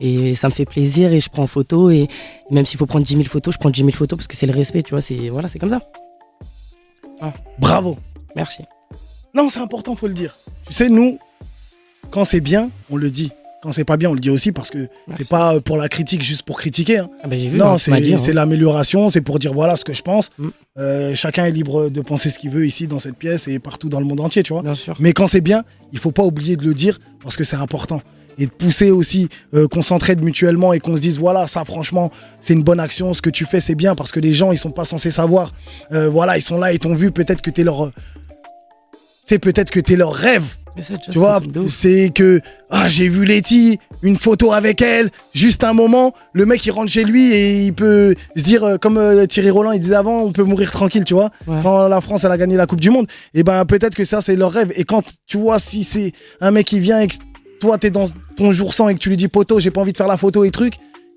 C: et ça me fait plaisir et je prends en photo. Et même s'il faut prendre 10 000 photos, je prends 10 000 photos parce que c'est le respect, tu vois. C'est voilà, c'est comme ça.
B: Bravo.
C: Merci.
B: Non, c'est important, faut le dire. Tu sais, nous, quand c'est bien, on le dit. Quand c'est pas bien, on le dit aussi parce que
C: Merci.
B: c'est pas euh, pour la critique, juste pour critiquer. hein.
C: Ah bah, j'ai vu. hein,
B: Non,
C: tu m'as dit,
B: c'est
C: hein.
B: c'est l'amélioration, c'est pour dire voilà ce que je pense.
C: Mm.
B: Euh, chacun est libre de penser ce qu'il veut ici dans cette pièce et partout dans le monde entier, tu vois.
C: Bien sûr.
B: Mais quand c'est bien, il faut pas oublier de le dire parce que c'est important. et de pousser aussi, euh, qu'on s'entraide mutuellement et qu'on se dise voilà, ça franchement, c'est une bonne action, ce que tu fais, c'est bien parce que les gens, ils sont pas censés savoir. Euh, voilà, ils sont là, ils t'ont vu, peut-être que t'es leur. euh, C'est peut-être que t'es leur rêve.
C: Mais ça,
B: Tu vois, c'est que ah, j'ai vu Letty, une photo avec elle, juste un moment, le mec il rentre chez lui et il peut se dire, euh, comme euh, Thierry Roland il disait avant, on peut mourir tranquille, tu vois.
C: Ouais.
B: Quand la France elle a gagné la Coupe du Monde, et ben peut-être que ça c'est leur rêve. Et quand tu vois, si c'est un mec qui vient et que toi t'es dans ton jour sans et que tu lui dis poteau, j'ai pas envie de faire la photo et truc,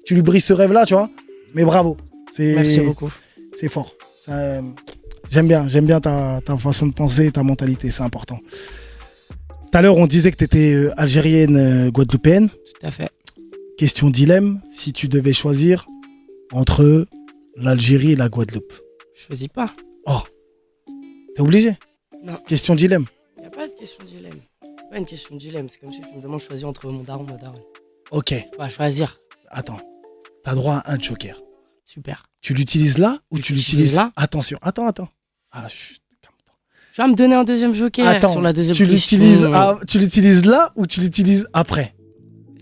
B: tu lui brises ce rêve là, tu vois. Mais bravo,
C: Merci
B: c'est
C: beaucoup.
B: c'est fort. Ça, euh, J'aime bien, j'aime bien ta, ta façon de penser, ta mentalité, c'est important. Tout à l'heure, on disait que tu étais algérienne euh, guadeloupéenne.
C: Tout à fait.
B: Question dilemme, si tu devais choisir entre l'Algérie et la Guadeloupe.
C: Je choisis pas.
B: T'es obligé
C: Non.
B: Question dilemme.
C: Il n'y a pas de question de dilemme. C'est pas une question de dilemme. C'est comme si tu me demandes de choisir entre mon daron et ma daronne.
B: Ok,
C: Je peux pas choisir.
B: attends. T'as droit à un joker.
C: Super.
B: Tu l'utilises là ou tu
C: Je l'utilise
B: l'utilises
C: là.
B: Attention, attends, attends. Ah, chut, calme-toi.
C: Tu vas me donner un deuxième joker
B: Attends,
C: sur la deuxième Oh.
B: tu
C: position. Euh,
B: l'utilises à- tu l'utilises là ou tu l'utilises après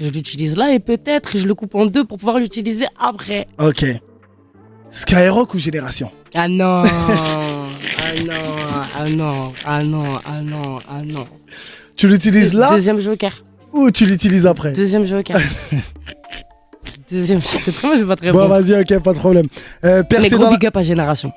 C: Je l'utilise là et peut-être je le coupe en deux pour pouvoir l'utiliser après.
B: Ok. Skyrock ou Génération
C: Ah non Ah non Ah non Ah non Ah non Ah non
B: Tu l'utilises là
C: Deuxième joker.
B: ou tu l'utilises après
C: Deuxième joker. Deuxième. C'est vraiment, je vais pas te
B: Bon,
C: répondre.
B: vas-y, ok, pas de problème. Euh, Pierre,
C: mais
B: c'est
C: gros
B: dans la-
C: big up à Génération.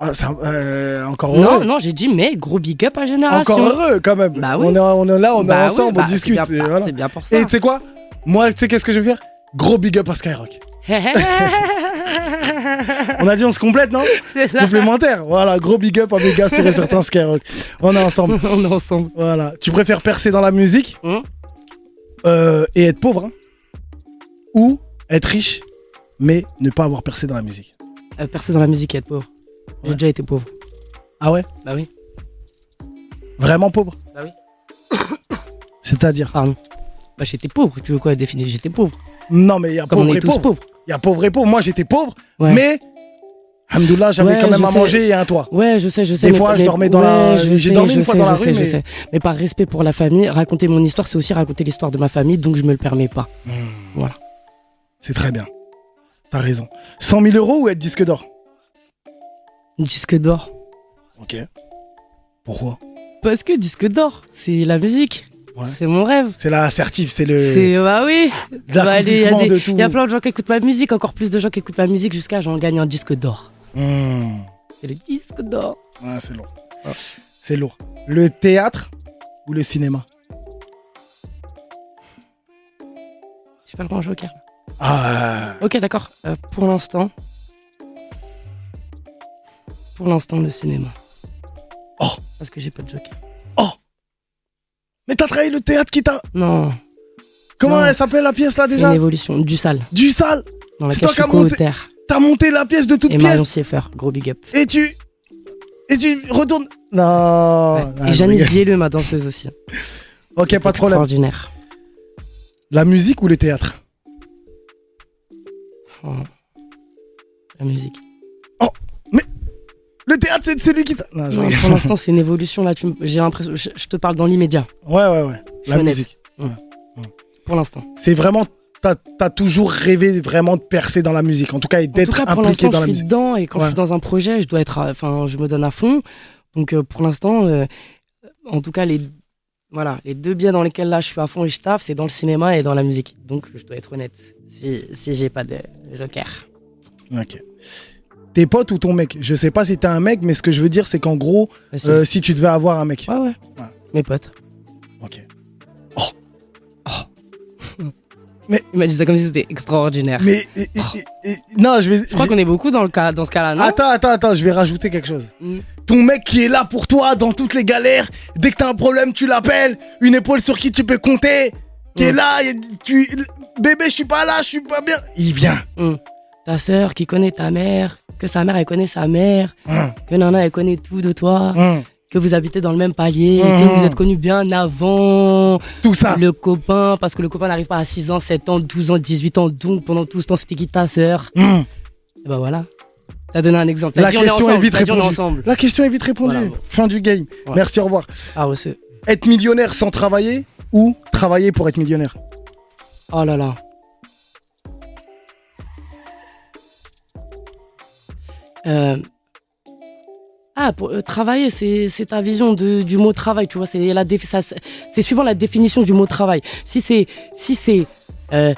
B: Ah, ça, euh, encore
C: Non,
B: heureux.
C: non, j'ai dit mais gros big up à Génération.
B: encore heureux quand même.
C: Bah oui.
B: on, est, on est là, on
C: Bah
B: est
C: oui,
B: ensemble,
C: bah,
B: on discute.
C: C'est bien,
B: et
C: bah,
B: voilà.
C: c'est bien pour ça.
B: Et tu sais quoi Moi, tu sais qu'est-ce que je vais faire Gros big up à Skyrock. On a dit on se complète, non
C: C'est ça.
B: Complémentaire. Voilà, gros big up à mes gars, c'est certain Skyrock. On est ensemble.
C: On est ensemble.
B: Voilà. Tu préfères percer dans la musique
C: Hum.
B: euh, et être pauvre hein, ou être riche mais ne pas avoir percé dans la musique
C: Euh, percer dans la musique et être pauvre. J'ai
B: Ouais.
C: déjà été pauvre.
B: Ah ouais
C: Bah oui.
B: Vraiment pauvre
C: Bah oui.
B: C'est-à-dire
C: Pardon. Bah j'étais pauvre. Tu veux quoi définir J'étais pauvre.
B: Non, mais il y a
C: Comme on
B: pauvre
C: est
B: et
C: tous
B: pauvre.
C: pauvres.
B: Il y a pauvre et pauvre. Moi, j'étais pauvre,
C: Ouais.
B: mais Alhamdoulilah, j'avais
C: Ouais,
B: quand même
C: je
B: à
C: sais.
B: manger et un toit.
C: Ouais, je sais, je sais.
B: Des
C: mais-
B: fois, je
C: mais-
B: dormais dans la-
C: ouais, je
B: j'ai
C: sais,
B: dormi une
C: je
B: fois
C: sais,
B: dans la rue,
C: je sais, je
B: mais-
C: sais. Mais par respect pour la famille, raconter mon histoire, c'est aussi raconter l'histoire de ma famille, donc je me le permets pas.
B: Hmm. C'est très bien. T'as raison. 100 000 euros ou être disque d'or
C: Disque d'or.
B: Ok. Pourquoi
C: Parce que disque d'or, c'est la musique.
B: Ouais.
C: C'est mon rêve.
B: C'est l'assertif, c'est le
C: C'est bah oui. Bah, allez, y a
B: l'accomplissement
C: des-
B: de tout.
C: Il y a plein de gens qui écoutent ma musique, encore plus de gens qui écoutent ma musique jusqu'à j'en gagne un disque d'or.
B: Hmm.
C: C'est le disque d'or.
B: Ah, c'est lourd. C'est lourd. Le théâtre ou le cinéma
C: Je suis pas le grand joker.
B: Ah,
C: Ok, d'accord. Euh, pour l'instant. Pour l'instant, le cinéma.
B: Oh.
C: Parce que j'ai pas de joker.
B: mais t'as travaillé le théâtre qui t'a.
C: Non,
B: Comment
C: Non.
B: elle s'appelle la pièce là
C: c'est une
B: déjà
C: évolution du sale
B: Du sale.
C: dans
B: C'est
C: laquelle
B: toi
C: je suis
B: qui as monté-
C: co-auteur.
B: T'as monté la pièce de toute
C: Et
B: pièce
C: Marion Sieffer, gros big up.
B: et tu et tu retournes. Non.
C: Ouais.
B: Ah, non,
C: Et Janice
B: regarde.
C: Bielleux, ma danseuse aussi.
B: Ok, pas de problème.
C: Extraordinaire.
B: La musique ou le théâtre
C: Oh. La musique.
B: Le théâtre, c'est celui qui t'a. Non, je
C: Non,
B: rigole.
C: pour l'instant, c'est une évolution là. Tu me- J'ai l'impression, je, je te parle dans l'immédiat.
B: Ouais, ouais, ouais.
C: Je suis
B: La
C: honnête.
B: musique.
C: Pour l'instant.
B: C'est vraiment. T'as t'as toujours rêvé vraiment de percer dans la musique, en tout cas, et
C: En tout
B: d'être
C: cas, pour
B: impliqué
C: l'instant,
B: dans
C: je
B: la
C: suis
B: musique.
C: dedans et quand
B: Ouais.
C: je suis dans un projet, je dois être, à- enfin, je me donne à fond. Donc, euh, pour l'instant, euh, en tout cas, les, voilà, les deux biens dans lesquels là, je suis à fond et je taffe, c'est dans le cinéma et dans la musique. Donc, je dois être honnête. Si, si j'ai pas de joker.
B: Ok. Tes potes ou ton mec Je sais pas si t'as un mec, mais ce que je veux dire, c'est qu'en gros,
C: Mais c'est-
B: euh, si tu devais avoir un mec.
C: ouais, ouais,
B: Ouais.
C: Mes potes.
B: Ok.
C: Il m'a dit ça comme si c'était extraordinaire.
B: Mais. et- et- et- et- non, je vais.
C: Ah. Je crois qu'on est beaucoup dans, le cas, dans ce cas-là, non
B: Attends, attends, attends, je vais rajouter quelque chose.
C: Mm.
B: Ton mec qui est là pour toi dans toutes les galères, dès que t'as un problème, tu l'appelles, une épaule sur qui tu peux compter, qui est
C: Mm.
B: là, et tu, bébé, je suis pas là, je suis pas bien. Il vient.
C: Mm. Ta sœur qui connaît ta mère, que sa mère, elle connaît sa mère,
B: Hum,
C: que Nana, elle connaît tout de toi,
B: hum.
C: que vous habitez dans le même palier,
B: Mhm.
C: que vous êtes connus bien avant.
B: Tout ça.
C: Le copain, parce que le copain n'arrive pas à 6 ans, 7 ans, 12 ans, 18 ans, donc pendant tout ce temps, c'était qui ta sœur
B: Hum.
C: Et bah voilà. T'as donné un exemple. T'as
B: La
C: dit,
B: question
C: on est ensemble.
B: est vite
C: T'as dit, on est
B: répondue.
C: ensemble.
B: La question est vite répondue.
C: Voilà.
B: Fin du game.
C: Voilà.
B: Merci, au revoir.
C: Ah, ouais, c'est-
B: Être millionnaire sans travailler ou travailler pour être millionnaire
C: Oh là là. Euh, Ah, pour, euh, travailler, c'est c'est ta vision de, du mot travail, tu vois. C'est la dé- ça- c'est suivant la définition du mot travail. Si c'est si c'est euh,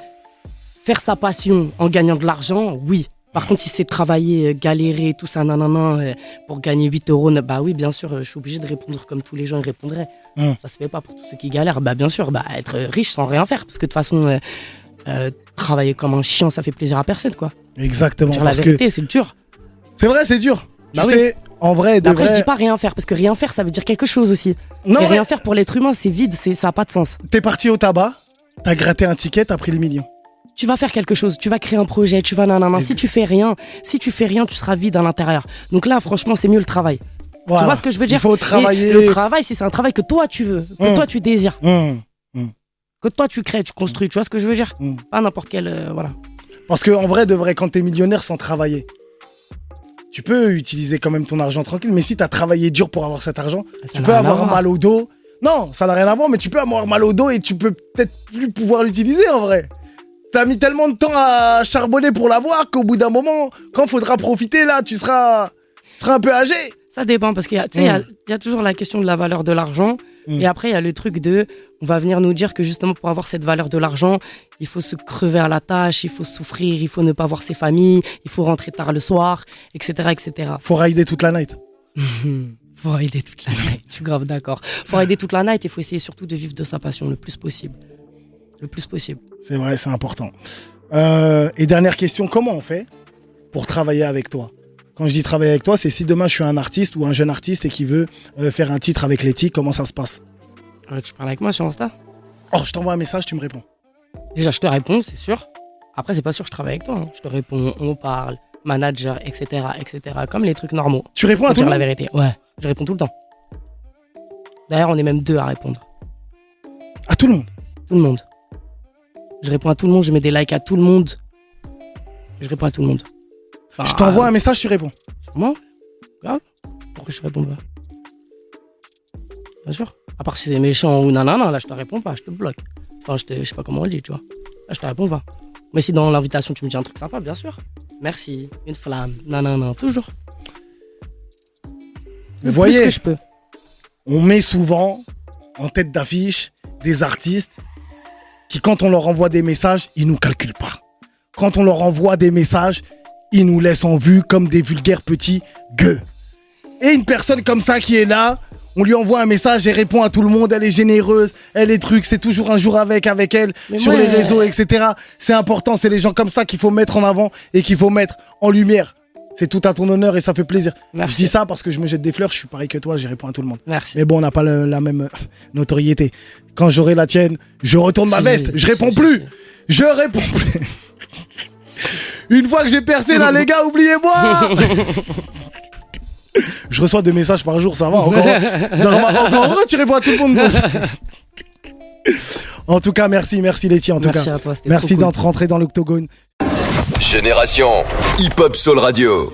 C: faire sa passion en gagnant de l'argent, oui. Par contre, si c'est travailler, euh, galérer, tout ça, nanana, euh, pour gagner 8 euros, ne- bah oui, bien sûr, euh, je suis obligé de répondre comme tous les gens y répondraient.
B: Hum.
C: Ça se fait pas pour tous ceux qui galèrent. Bah bien sûr, bah être riche sans rien faire, parce que de toute façon, euh, euh, travailler comme un chien, ça fait plaisir à personne, quoi.
B: Exactement.
C: Dire la
B: Parce que
C: vérité, c'est dur.
B: c'est vrai, c'est dur.
C: Bah
B: tu
C: oui.
B: sais, en vrai, de
C: Après, je
B: vrai.
C: dis pas rien faire, parce que rien faire, ça veut dire quelque chose aussi.
B: Non,
C: Et
B: en vrai,
C: rien faire pour l'être humain, c'est vide, c'est, ça n'a pas de sens.
B: t'es parti au tabac, t'as gratté un ticket, t'as pris les millions.
C: Tu vas faire quelque chose, tu vas créer un projet, tu vas nanana. Si tu fais rien, si tu fais rien, tu seras vide à l'intérieur. Donc là, franchement, c'est mieux le travail.
B: Voilà.
C: Tu vois ce que je veux dire
B: Il faut
C: Et
B: travailler.
C: Le travail, si c'est un travail que toi tu veux, que
B: Hum.
C: toi tu désires,
B: Hum.
C: que toi tu crées, tu construis. Tu vois ce que je veux dire
B: Hum.
C: Pas n'importe quel, euh, voilà.
B: Parce que en vrai, de vrai, quand t'es millionnaire sans travailler, tu peux utiliser quand même ton argent tranquille. Mais si t'as travaillé dur pour avoir cet argent,
C: Ah, Ça
B: tu
C: n'a
B: peux
C: rien à
B: avoir
C: voir.
B: mal au dos. Non, ça n'a rien à voir, mais tu peux avoir mal au dos et tu peux peut-être plus pouvoir l'utiliser en vrai. T'as mis tellement de temps à charbonner pour l'avoir qu'au bout d'un moment, quand faudra profiter, là, tu seras, tu seras un peu âgé.
C: Ça dépend parce qu'il y, a- tu sais, il y a- il y a toujours la question de la valeur de l'argent.
B: Mm.
C: Et après, il y a le truc de, on va venir nous dire que justement pour avoir cette valeur de l'argent, il faut se crever à la tâche, il faut souffrir, il faut ne pas voir ses familles, il faut rentrer tard le soir, etc. etc.
B: Faut rider toute la night.
C: Hmm. Faut rider toute la night, je suis grave d'accord. Faut rider toute la night et faut essayer surtout de vivre de sa passion le plus possible. Le plus possible.
B: C'est vrai, c'est important. Euh, et dernière question, comment on fait pour travailler avec toi Quand je dis travailler avec toi, c'est si demain je suis un artiste ou un jeune artiste et qui veut euh, faire un titre avec Letty, comment ça se passe
C: Euh, Tu parles avec moi sur Insta
B: Oh, je t'envoie un message, tu me réponds.
C: Déjà, je te réponds, c'est sûr. Après, c'est pas sûr que je travaille avec toi. hein. Je te réponds, on parle, manager, etc. etc. Comme les trucs normaux.
B: Tu réponds à
C: Pour
B: tout
C: dire
B: le
C: la
B: monde
C: vérité. Ouais, je réponds tout le temps. D'ailleurs, on est même deux à répondre.
B: À tout le monde.
C: Tout le monde. Je réponds à tout le monde, je mets des likes à tout le monde. Je réponds à tout le monde. Enfin,
B: Je t'envoie
C: euh,
B: un message, tu réponds.
C: Sûrement. Grave. Pourquoi je te réponds pas Bien sûr. À part si c'est méchant ou nanana, là, je te réponds pas, je te bloque. Enfin, je, te, je sais pas comment on le dit, tu vois. Là, je te réponds pas. Mais si dans l'invitation, tu me dis un truc sympa, bien sûr. Merci, une flamme, nanana, toujours.
B: Vous
C: Le plus
B: voyez,
C: que je peux.
B: on met souvent en tête d'affiche des artistes qui, quand on leur envoie des messages, ils nous calculent pas. Quand on leur envoie des messages, ils nous laissent en vue comme des vulgaires petits gueux. Et une personne comme ça qui est là, on lui envoie un message et répond à tout le monde. Elle est généreuse, elle est truc, c'est toujours un jour avec, avec elle,
C: Mais
B: sur
C: moi,
B: les
C: euh,
B: réseaux, etc. C'est important, c'est les gens comme ça qu'il faut mettre en avant et qu'il faut mettre en lumière. C'est tout à ton honneur et ça fait plaisir. Je dis
C: Merci.
B: ça parce que je me jette des fleurs, je suis pareil que toi, j'y réponds à tout le monde.
C: Merci.
B: Mais bon, on n'a pas le- la même euh, notoriété. Quand j'aurai la tienne, je retourne ma
C: Si,
B: veste. Je
C: si,
B: réponds
C: si,
B: plus.
C: si.
B: Je réponds plus. Une fois que j'ai percé là, les gars, oubliez-moi. je reçois deux messages par jour, ça va. Encore, ça va, encore heureux, tu réponds à tout le monde. pour ça. en tout cas, merci, merci Letty. En tout
C: Merci
B: cas,
C: à toi, c'était
B: merci
C: trop cool.
B: d'être rentré dans l'octogone.
A: Génération Hip Hop Soul Radio.